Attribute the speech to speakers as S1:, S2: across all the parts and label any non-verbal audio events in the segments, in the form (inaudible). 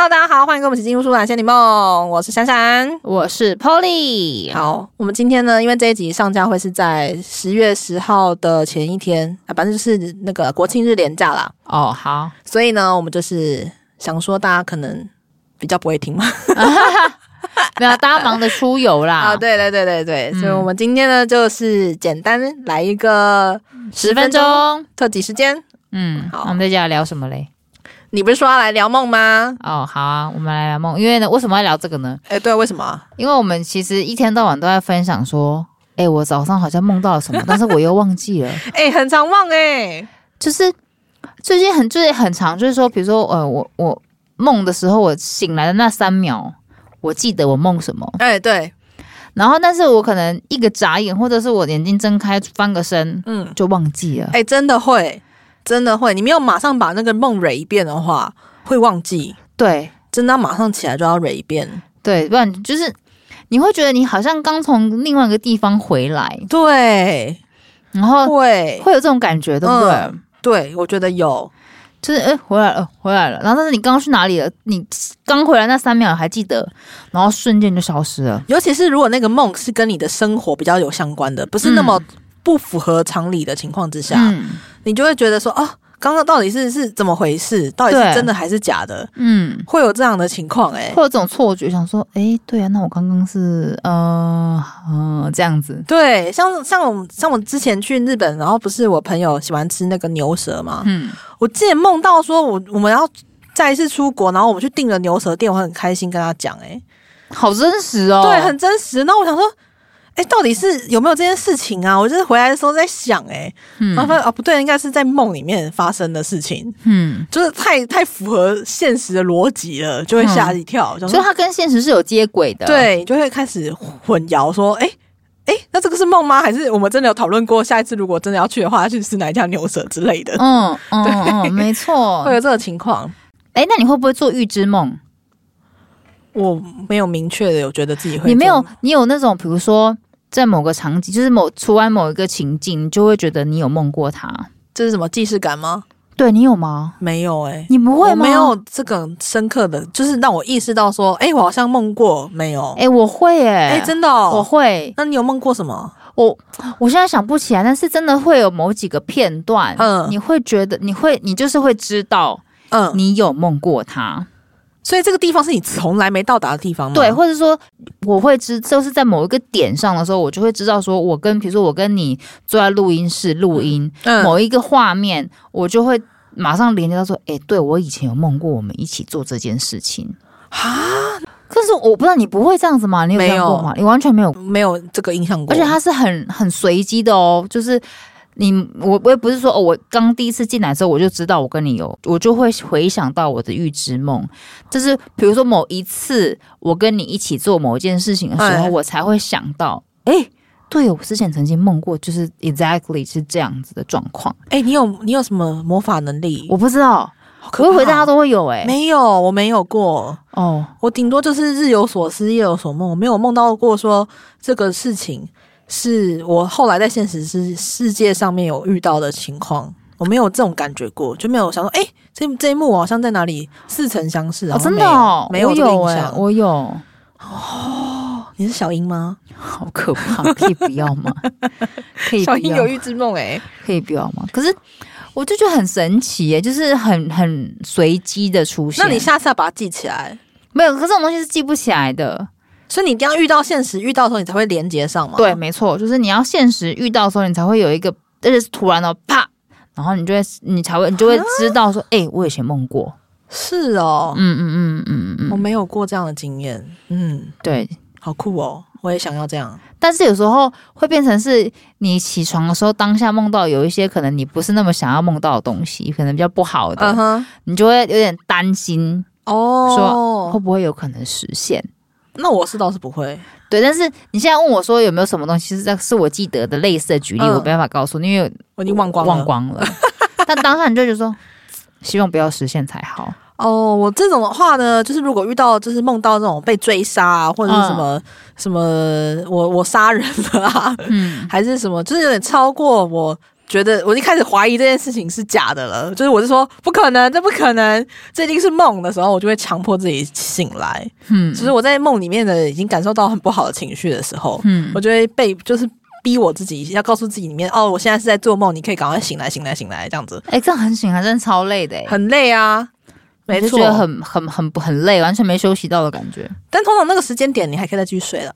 S1: Hello，大家好，欢迎跟我们一起进入《舒展仙女梦》，我是珊珊。
S2: 我是 Polly，
S1: 好，我们今天呢，因为这一集上架会是在十月十号的前一天啊，反正就是那个国庆日连假啦，
S2: 哦，好， (laughs)
S1: 所以呢，我们就是想说大家可能比较不会听嘛。
S2: 没有，大家忙着出游啦，
S1: 啊，对对对对对，
S2: 嗯
S1: 所以我们今天呢，就是简单来一个
S2: 十分钟，
S1: 特辑时间。
S2: 嗯，
S1: 好
S2: 那我们在家聊什么嘞？
S1: 你不是说要来聊梦吗？
S2: 哦，好啊，我们来聊梦，因为呢，为什么要聊这个呢？
S1: 哎，对，为什么啊？
S2: 因为我们其实一天到晚都在分享说，哎、我早上好像梦到了 (laughs) 什么，但是我又忘记了，
S1: 哎，很常忘哎，
S2: 就是最近很就是很长，就是说，比如说，呃，我我梦的时候，我醒来的那三秒，我记得我梦什么，
S1: 哎，对，
S2: 然后但是我可能一个眨眼，或者是我眼睛睁开翻个身
S1: 嗯，
S2: 就忘记 (laughs) 了。
S1: 哎，真的会，真的会，你没有马上把那个梦蕊一遍的话，会忘记。
S2: 对，
S1: 真的要马上起来就要蕊一遍。
S2: 对，不然就是你会觉得你好像刚从另外一个地方回来，
S1: 对，
S2: 然后
S1: 会，
S2: 会有这种感觉，对不对？
S1: 嗯哦对，我觉得有。
S2: 就是哎、诶回来了，回来了。然后但是你刚刚去哪里了？你刚回来那三秒还记得，然后瞬间就消失了。
S1: 尤其是如果那个梦是跟你的生活比较有相关的，不是那么不符合常理的情况之下，
S2: 嗯
S1: 你就会觉得说，哦，刚刚到底是是怎么回事？到底是
S2: 对
S1: 真的还是假的？
S2: 嗯，
S1: 会有这样的情况哎、
S2: 会有这种错觉，想说，哎、对啊，那我刚刚是呃呃这样子，
S1: 对，像像我像我之前去日本，然后不是我朋友喜欢吃那个牛舌嘛，
S2: 嗯
S1: 我之前梦到说我我们要再一次出国，然后我们去订了牛舌店，我很开心跟他讲哎、
S2: 好真实哦，
S1: 对，很真实。那我想说，哎，到底是有没有这件事情啊？我就是回来的时候在想、诶哎，然后
S2: 嗯
S1: 发现啊，不对，应该是在梦里面发生的事情，
S2: 嗯，
S1: 就是太太符合现实的逻辑了，就会吓一跳，想
S2: 嗯所
S1: 说
S2: 以它跟现实是有接轨的，，
S1: 嗯对，就会开始混淆，说，哎。哎，那这个是梦吗？还是我们真的有讨论过？下一次如果真的要去的话，去吃哪一家牛舌之类的，
S2: 嗯嗯嗯，
S1: (laughs)
S2: 没错
S1: 会。有这个情况。
S2: 哎、那你会不会做预知梦？
S1: 我没有明确的，有觉得自己会
S2: 你没有
S1: 做，
S2: 你有那种，比如说在某个场景，就是某除完某一个情境，你就会觉得你有梦过他。
S1: 这是什么既视感吗？
S2: 对你有吗？
S1: 没有哎、
S2: 你不会
S1: 我
S2: 吗？
S1: 没有。这个深刻的，就是让我意识到说，哎、我好像梦过没有？
S2: 哎、我会哎、
S1: 哎、真的、哦，
S2: 我会。
S1: 那你有梦过什么？
S2: 我我现在想不起来，但是真的会有某几个片段，
S1: 嗯
S2: 你会觉得你会，你就是会知道
S1: 嗯，
S2: 你有梦过他。
S1: 所以这个地方是你从来没到达的地方吗？
S2: 对，或者说我会知，就是在某一个点上的时候，我就会知道，说我跟比如说我跟你坐在录音室录音，
S1: 嗯，
S2: 某一个画面，我就会马上连接到说，哎、对我以前有梦过我们一起做这件事情。
S1: 啊，
S2: 可是我不知道你不会这样子吗？你有这样过吗？你完全没有，
S1: 没有这个印象过。
S2: 而且它是很很随机的哦，就是。你我我也不是说哦，我刚第一次进来之后我就知道我跟你有，我就会回想到我的预知梦，就是比如说某一次我跟你一起做某一件事情的时候，
S1: 哎
S2: 我才会想到，哎、对我之前曾经梦过，就是 exactly 是这样子的状况，
S1: 哎、你有你有什么魔法能力？
S2: 我不知道，
S1: 好可
S2: 可是回大
S1: 怕
S2: 家
S1: 哦
S2: 都会有哎、
S1: 没有，我没有过。
S2: 哦，
S1: 我顶多就是日有所思，夜有所梦，我没有梦到过说这个事情是我后来在现实世世界上面有遇到的情况，我没有这种感觉过，就没有想说，哎、这这一幕我好像在哪里似曾相识，
S2: 哦
S1: 好像
S2: 真
S1: 没
S2: 的
S1: 有
S2: 哦，
S1: 没有
S2: 我
S1: 这个
S2: 有
S1: 印
S2: 哎、
S1: 象。
S2: 我有，
S1: 你是小英吗？
S2: 好可
S1: (laughs)
S2: 怕，可以不要吗？可以不要吗，
S1: 预知梦，哎，
S2: 可以不要吗？可是我就觉得很神奇耶、就是很很随机的出现。
S1: 那你下次要把它记起来，
S2: 没有？可是这种东西是记不起来的。
S1: 所以你一定要遇到现实遇到的时候，你才会连接上嘛。
S2: 对，，没错，就是你要现实遇到的时候，你才会有一个，而且是突然的啪，然后你就会，你才会，你就会知道说，哎、我以前梦过。
S1: 是啊哦，
S2: 嗯嗯嗯嗯嗯
S1: 我
S2: 嗯，
S1: 没有过这样的经验，嗯，
S2: 对。
S1: 好酷哦，我也想要这样。
S2: 但是有时候会变成是你起床的时候，当下梦到有一些可能你不是那么想要梦到的东西，可能比较不好的，
S1: 嗯哼，
S2: 你就会有点担心
S1: 哦，
S2: 会不会有可能实现。
S1: 那我是倒是不会，
S2: 对，但是你现在问我说有没有什么东西是在是我记得的类似的举例，
S1: 嗯
S2: 我没办法告诉你，因为
S1: 我已经忘光了。
S2: 忘光了。但当下你就觉得说，希望不要实现才好。
S1: 哦，我这种的话呢，就是如果遇到就是梦到那种被追杀啊，或者是什么、什么我我杀人了啊， (laughs)
S2: 嗯，
S1: 还是什么，就是有点超过我觉得我一开始怀疑这件事情是假的了，就是我是说不可能，这不可能，这一定是梦的时候，我就会强迫自己醒来。
S2: 嗯
S1: 就是我在梦里面的已经感受到很不好的情绪的时候，
S2: 嗯
S1: 我就会被就是逼我自己要告诉自己里面哦，我现在是在做梦，你可以赶快醒来，醒来，醒来，这样子
S2: 哎、这样很醒啊，真的超累的、欸，
S1: 很累啊，没
S2: 就
S1: 错
S2: 觉。得很很很不很累，完全没休息到的感觉。
S1: 但通常那个时间点你还可以再继续睡了，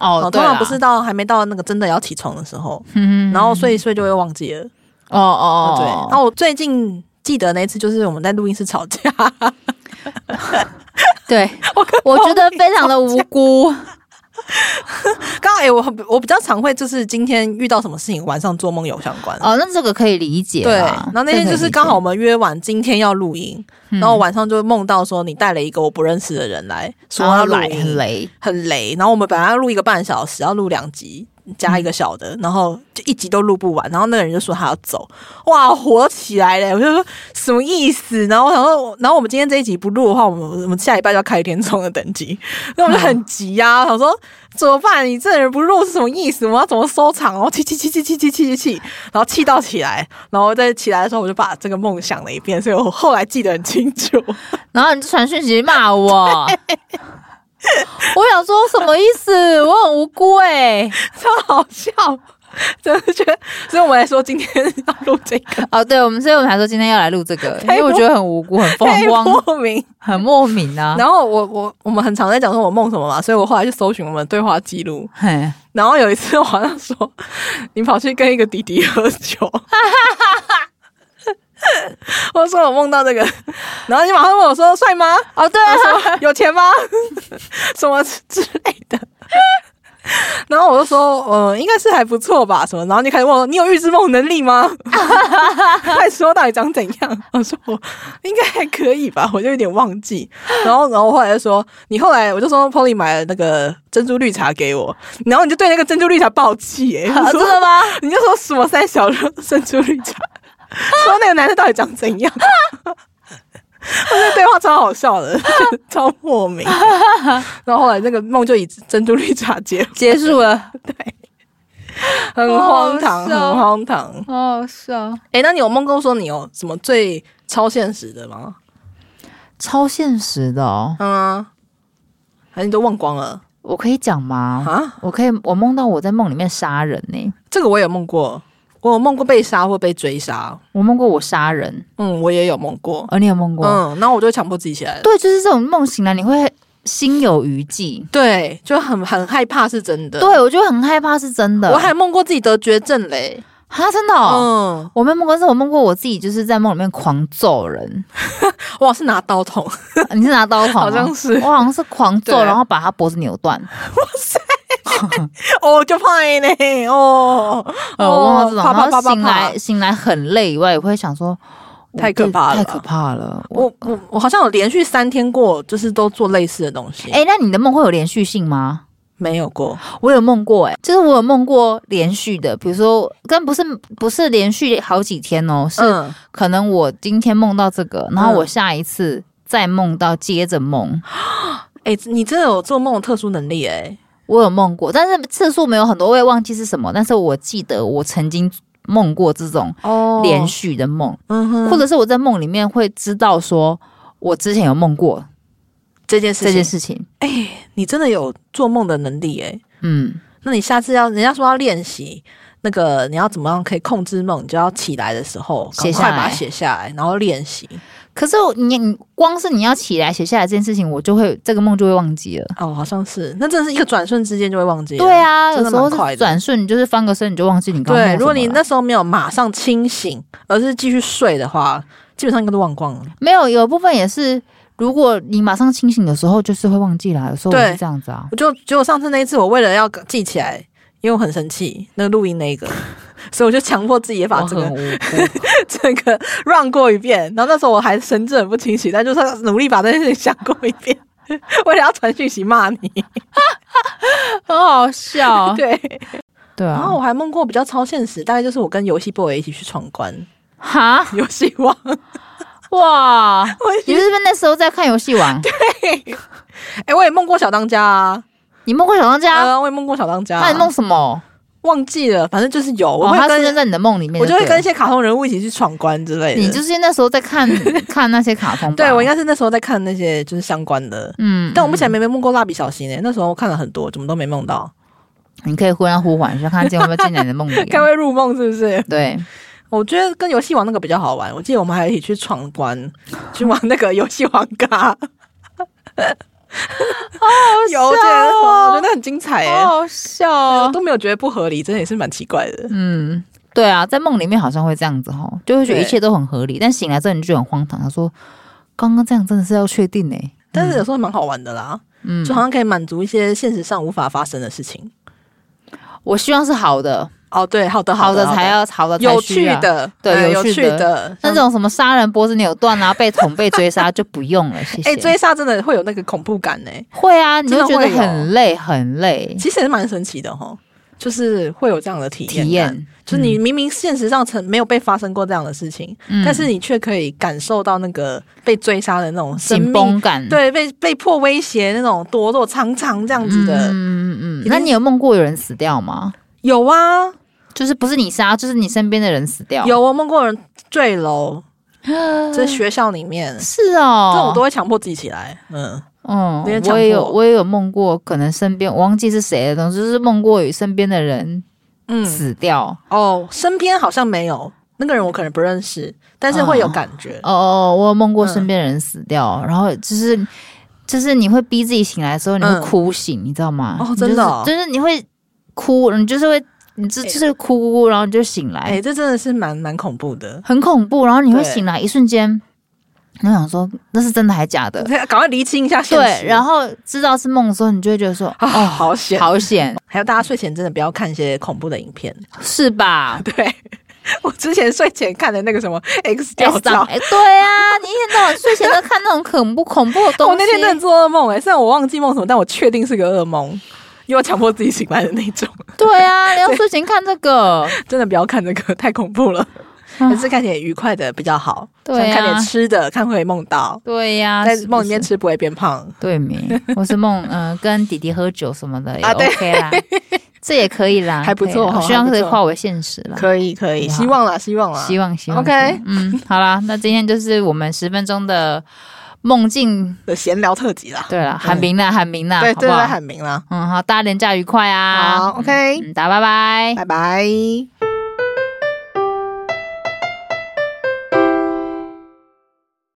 S2: 哦，
S1: 通
S2: 对
S1: 常
S2: 啦
S1: 不是，到还没到那个真的要起床的时候，
S2: 嗯
S1: 然后睡一睡就会忘记了。
S2: 哦哦哦，
S1: 对，然后我最近记得那一次就是我们在录音室吵架， (laughs)
S2: 对，我觉得非常的无辜。
S1: 刚好诶、我很我比较常会就是今天遇到什么事情晚上做梦有相关。
S2: 哦，那这个可以理解
S1: 对，
S2: 啦。
S1: 然后那天就是刚好我们约完今天要录音，然后
S2: 我
S1: 晚上就梦到说你带了一个我不认识的人来，说要
S2: 要
S1: 录
S2: 来
S1: 音
S2: 很雷，
S1: 很雷。然后我们本来要录一个半小时，要录两集加一个小的，然后就一集都录不完。然后那个人就说他要走，哇，火起来了！我就说什么意思？然后我想说，然后我们今天这一集不录的话，我们我们下礼拜就要开天窗的等级，那我就很急呀、啊，想说怎么办？你这人不录是什么意思？我要怎么收场？然后气气气气气气气气气，然后气到起来，然后再起来的时候，我就把这个梦想了一遍，所以我后来记得很清楚。
S2: 然后你就传讯息
S1: (laughs)
S2: 骂我。我想说什么意思？我很无辜哎、
S1: 超好笑，真的觉得，所以我们来说今天要录这 (laughs) 个，
S2: 哦，对，我们所以我们才说今天要来录这个，因
S1: 太
S2: 为我
S1: 莫
S2: 觉得很无辜、很
S1: 太
S2: 风光、
S1: 哎莫名。
S2: 很莫名啊。
S1: 然后我我我们很常在讲说我梦什么嘛，所以我后来去搜寻我们的对话记录，
S2: 嘿，
S1: 然后有一次我好像说你跑去跟一个弟弟喝酒。 (laughs) 我说我梦到这个，然后你马上问我说帅吗？
S2: 哦，对啊
S1: 他，说有钱吗？ (laughs) 什么之类的。 (laughs) 然后我就说，呃，应该是还不错吧，什么。然后就开始问我，你有预知梦能力吗？ (laughs) 快说到底长怎样？ (laughs) 我说我应该还可以吧，我就有点忘记。然后，然后我后来就说，你后来我就说 Polly 买了那个珍珠绿茶给我，然后你就对那个珍珠绿茶暴气、欸，哎，
S2: 啊
S1: 我
S2: 真
S1: 说
S2: 的吗？
S1: 你就说什么三小珍珠绿茶， (laughs) 说那个男的到底长怎样？ (laughs) 我觉得对话超好笑的， (laughs) 超莫 (laughs) 名。然后后来那个梦就以珍珠绿茶 (laughs) 结束， (laughs)
S2: 结束了，
S1: 很荒唐，
S2: 好笑
S1: 很荒唐。
S2: 好笑。
S1: 哎、那你有梦过说你有什么最超现实的吗？
S2: 超现实的哦，
S1: 嗯、啊，还是你都忘光了
S2: 我可以讲吗？
S1: 啊？
S2: 我可以，我梦到我在梦里面杀人欸呢、
S1: 这个我也梦过，我有梦过被杀或被追杀。
S2: 我梦过我杀人，哦
S1: 嗯，我也有梦过。
S2: 而你有梦过？
S1: 嗯，然后我就会强迫自己起来了。
S2: 对，就是这种梦醒来你会心有余悸。
S1: 对，就很很害怕是真的。
S2: 对，我就很害怕是真的。
S1: 我还梦过自己得绝症嘞。
S2: 哈，真的、哦。
S1: 嗯，
S2: 我没梦过，但是我梦过我自己就是在梦里面狂揍
S1: (laughs)
S2: 人。
S1: 哇，是拿刀
S2: (laughs)
S1: 捅，
S2: 你是拿刀捅吗？
S1: 好像是
S2: 我好像是狂揍，
S1: 对
S2: 然后把他脖子扭断。
S1: 哦，就怕呢， (laughs) 哦，
S2: 呃，我梦到这种，
S1: 怕怕
S2: 然
S1: 怕
S2: 后
S1: 怕
S2: 醒
S1: 怕
S2: 来，醒来很累以外，我会想说，我
S1: 太可
S2: 这
S1: 怕了
S2: 太
S1: 吧
S2: 可怕了。我
S1: 我我我好像有连续三天过，就是都做类似的东西，
S2: 哎、那你的梦会有连续性吗？
S1: 没有过，
S2: 我有梦过、诶哎，就是我有梦过连续的，比如说，但不是不是连续好几天哦，是
S1: 嗯，
S2: 可能我今天梦到这个，然后
S1: 嗯
S2: 我下一次再梦到接着梦，
S1: 哎、你真的有做梦的特殊能力哎、
S2: 我有梦过，但是次数没有很多，我也忘记是什么，但是我记得我曾经梦过这种
S1: 哦
S2: 连，续的梦，
S1: 嗯哼，
S2: 或者是我在梦里面会知道说。我之前有梦过
S1: 这件事
S2: 这件
S1: 情，
S2: 事情，
S1: 哎、你真的有做梦的能力哎、
S2: 嗯，
S1: 那你下次要人家说要练习。那个你要怎么样可以控制梦？你就要起来的时候，赶
S2: 写下
S1: 快把它
S2: 来
S1: 写下来，然后练习。
S2: 可是我你你光是你要起来写下来这件事情，我就会这个梦就会忘记了。
S1: 哦，好像是，那真的是一个转瞬之间就会忘记了。
S2: 对啊，
S1: 真
S2: 有
S1: 的
S2: 时候
S1: 蛮快
S2: 是
S1: 的
S2: 转瞬，你就是翻个身你就忘记你刚刚
S1: 对，
S2: 梦
S1: 如果你
S2: 什么
S1: 那
S2: 了
S1: 时候没有马上清醒，而是继续睡的话，基本上应该都忘光了。
S2: 没有有部分也是，如果你马上清醒，有时候就是会忘记啦。有时候我
S1: 对
S2: 是这样子啊，
S1: 我就结果上次那一次，我为了要记起来，因为我很生气，那个录音那一个， (laughs) 所以我就强迫自己也把
S2: 我
S1: 这个
S2: 很无辜。
S1: (laughs) 这个 run 过一遍。然后那时候我还神志很不清晰，但就是要努力把这件事情想过一遍。 (laughs) 为了要传讯息骂你，
S2: (laughs) 很好 (laughs) 笑。
S1: 对。
S2: 啊对
S1: 然
S2: 啊
S1: 后，我还梦过比较超现实，大概就是我跟游戏 boy 一起去闯关
S2: 哈
S1: 游戏王。
S2: 哇！你是不是那时候在看游戏王？
S1: 哎、我也梦过小当家啊，
S2: 你梦过小当家？
S1: 呃啊，我也梦过小当家啊、
S2: 那你梦什么？
S1: 忘记了，反正就是有，我
S2: 哦，
S1: 会
S2: 他出现
S1: 跟、
S2: 在你的梦里面
S1: 我就
S2: 对了，
S1: 会跟一些卡通人物一起去闯关之类的。
S2: 你就是那时候在
S1: (laughs)
S2: 看看那些卡通吧，
S1: 对我应该是那时候在看那些就是相关的，
S2: 嗯，
S1: 但我目前没没梦过蜡笔小新诶、欸那时候我看了很多，怎么都没梦到，。
S2: 你可以忽然呼唤一下，看今天会不会进来你的梦里
S1: (laughs) 该会入梦是不是？
S2: 对，
S1: 我觉得跟游戏王那个比较好玩，我记得我们还一起去闯关，去玩那个游戏王嘎。 (laughs) 有这个我
S2: 哦
S1: 觉得很精彩诶、
S2: 好笑
S1: 我都没有觉得不合理，真的也是蛮奇怪的。
S2: 嗯，对啊，在梦里面好像会这样子吼，就会觉得一切都很合理，但醒来之后你就觉得很荒唐。他说：“刚刚这样真的是要确定呢、欸
S1: 但是有时候蛮好玩的啦，
S2: 嗯
S1: 就，好像可以满足一些现实上无法发生的事情。
S2: 我希望是好的，
S1: 哦，对，好的，
S2: 好
S1: 的，
S2: 的才要好的才
S1: 有
S2: 需
S1: 趣
S2: 要。
S1: 的，
S2: 对
S1: 哎
S2: 有
S1: 有
S2: 趣
S1: 趣
S2: 的
S1: 的。
S2: (laughs) 那
S1: 像
S2: 种什么杀人脖子扭断啊，被捅、被追杀就不用
S1: (laughs)
S2: 了，谢谢。
S1: 哎、追杀真的会有那个恐怖感呢、
S2: 会啊，你
S1: 真
S2: 会
S1: 的
S2: 觉得
S1: 会有
S2: 很累，很累。
S1: 其实也是蛮神奇的哈，就是会有这样的体验。
S2: 体，验
S1: 就是你明明现实上曾没有被发生过这样的事情，
S2: 嗯
S1: 但是你却可以感受到那个被追杀的那种生
S2: 紧
S1: 命，
S2: 绷感，
S1: 对，被被迫威胁那种躲躲藏藏这样子的。
S2: 嗯嗯嗯。
S1: 已
S2: 那
S1: 经
S2: 你有梦过有人死掉吗？
S1: 有啊，
S2: 就是不是你杀，就是你身边的人死掉。
S1: 有我哦梦过人坠楼，在学校里面，
S2: 是哦，
S1: 这种我都会强迫自己起来。嗯，
S2: 嗯
S1: 有点，强
S2: 我也有，
S1: 迫
S2: 我也有梦过，可能身边我忘记是谁了，总之就是梦过与身边的人
S1: 嗯，
S2: 死掉。
S1: 哦，身边好像没有那个人，我可能不认识，但是会有感觉。
S2: 哦哦，我有梦过身边的人死掉，
S1: 嗯
S2: 然后就是就是你会逼自己醒来的时候，你会
S1: 嗯
S2: 哭醒，你知道吗？
S1: 哦
S2: 你
S1: 真的哦
S2: 就是，就是你会哭，你就是会，你就
S1: 哎
S2: 就是哭哭哭，然后你就醒来，
S1: 哎、这真的是蛮蛮恐怖的。
S2: 很恐怖，然后你会
S1: 对
S2: 醒来，一瞬间，你会想说那是真的还假的？
S1: 赶快厘清一下现
S2: 对
S1: 实。，
S2: 然后知道是梦的时候，你就会觉得说，
S1: (laughs) 啊、
S2: 哦，
S1: 好险！
S2: 好险，
S1: 还有大家睡前真的不要看一些恐怖的影片。 (laughs)
S2: 是吧？
S1: 对我之前睡前看的那个什么 X 教
S2: S 档
S1: 照，
S2: 哎，对啊，你一天到晚睡前都看那种恐怖恐怖的东
S1: (laughs) 我
S2: 西。
S1: 哦那天真的做噩梦哎、虽然我忘记梦什么，但我确定是个噩梦，因为我强迫自己醒来的那种。
S2: 对啊，你要睡前看这个，
S1: 真的不要看这个，太恐怖
S2: (laughs)
S1: 了。
S2: 啊
S1: 还是看点愉快的比较好，
S2: 对
S1: 像
S2: 啊
S1: 看点吃的，看会梦到，
S2: 对呀，
S1: (laughs) 在
S2: 是不
S1: 梦里面
S2: 是
S1: 吃不会变胖。
S2: (laughs) 对没？我是梦，嗯，跟弟弟喝酒什么的也
S1: 啊对 (laughs)
S2: OK 啦，这也可以啦，
S1: 还不错
S2: 可以啦
S1: 哦
S2: 我希望
S1: 还不
S2: 可以
S1: 错
S2: 化为现实啦。
S1: 可以可以，
S2: 哇
S1: 希望啦，希望啦，
S2: 希望希望
S1: OK
S2: 希望嗯，好啦，那今天就是我们十分钟的梦境。
S1: 的闲聊特辑啦。
S2: 对了，喊明啦，喊明啦，
S1: 嗯对
S2: 啊好
S1: 对
S2: 不
S1: 对，
S2: 好？
S1: 喊明啦。
S2: 嗯，好，大家连假愉快啊！
S1: 好，OK，
S2: 嗯，大家拜拜。
S1: 拜拜。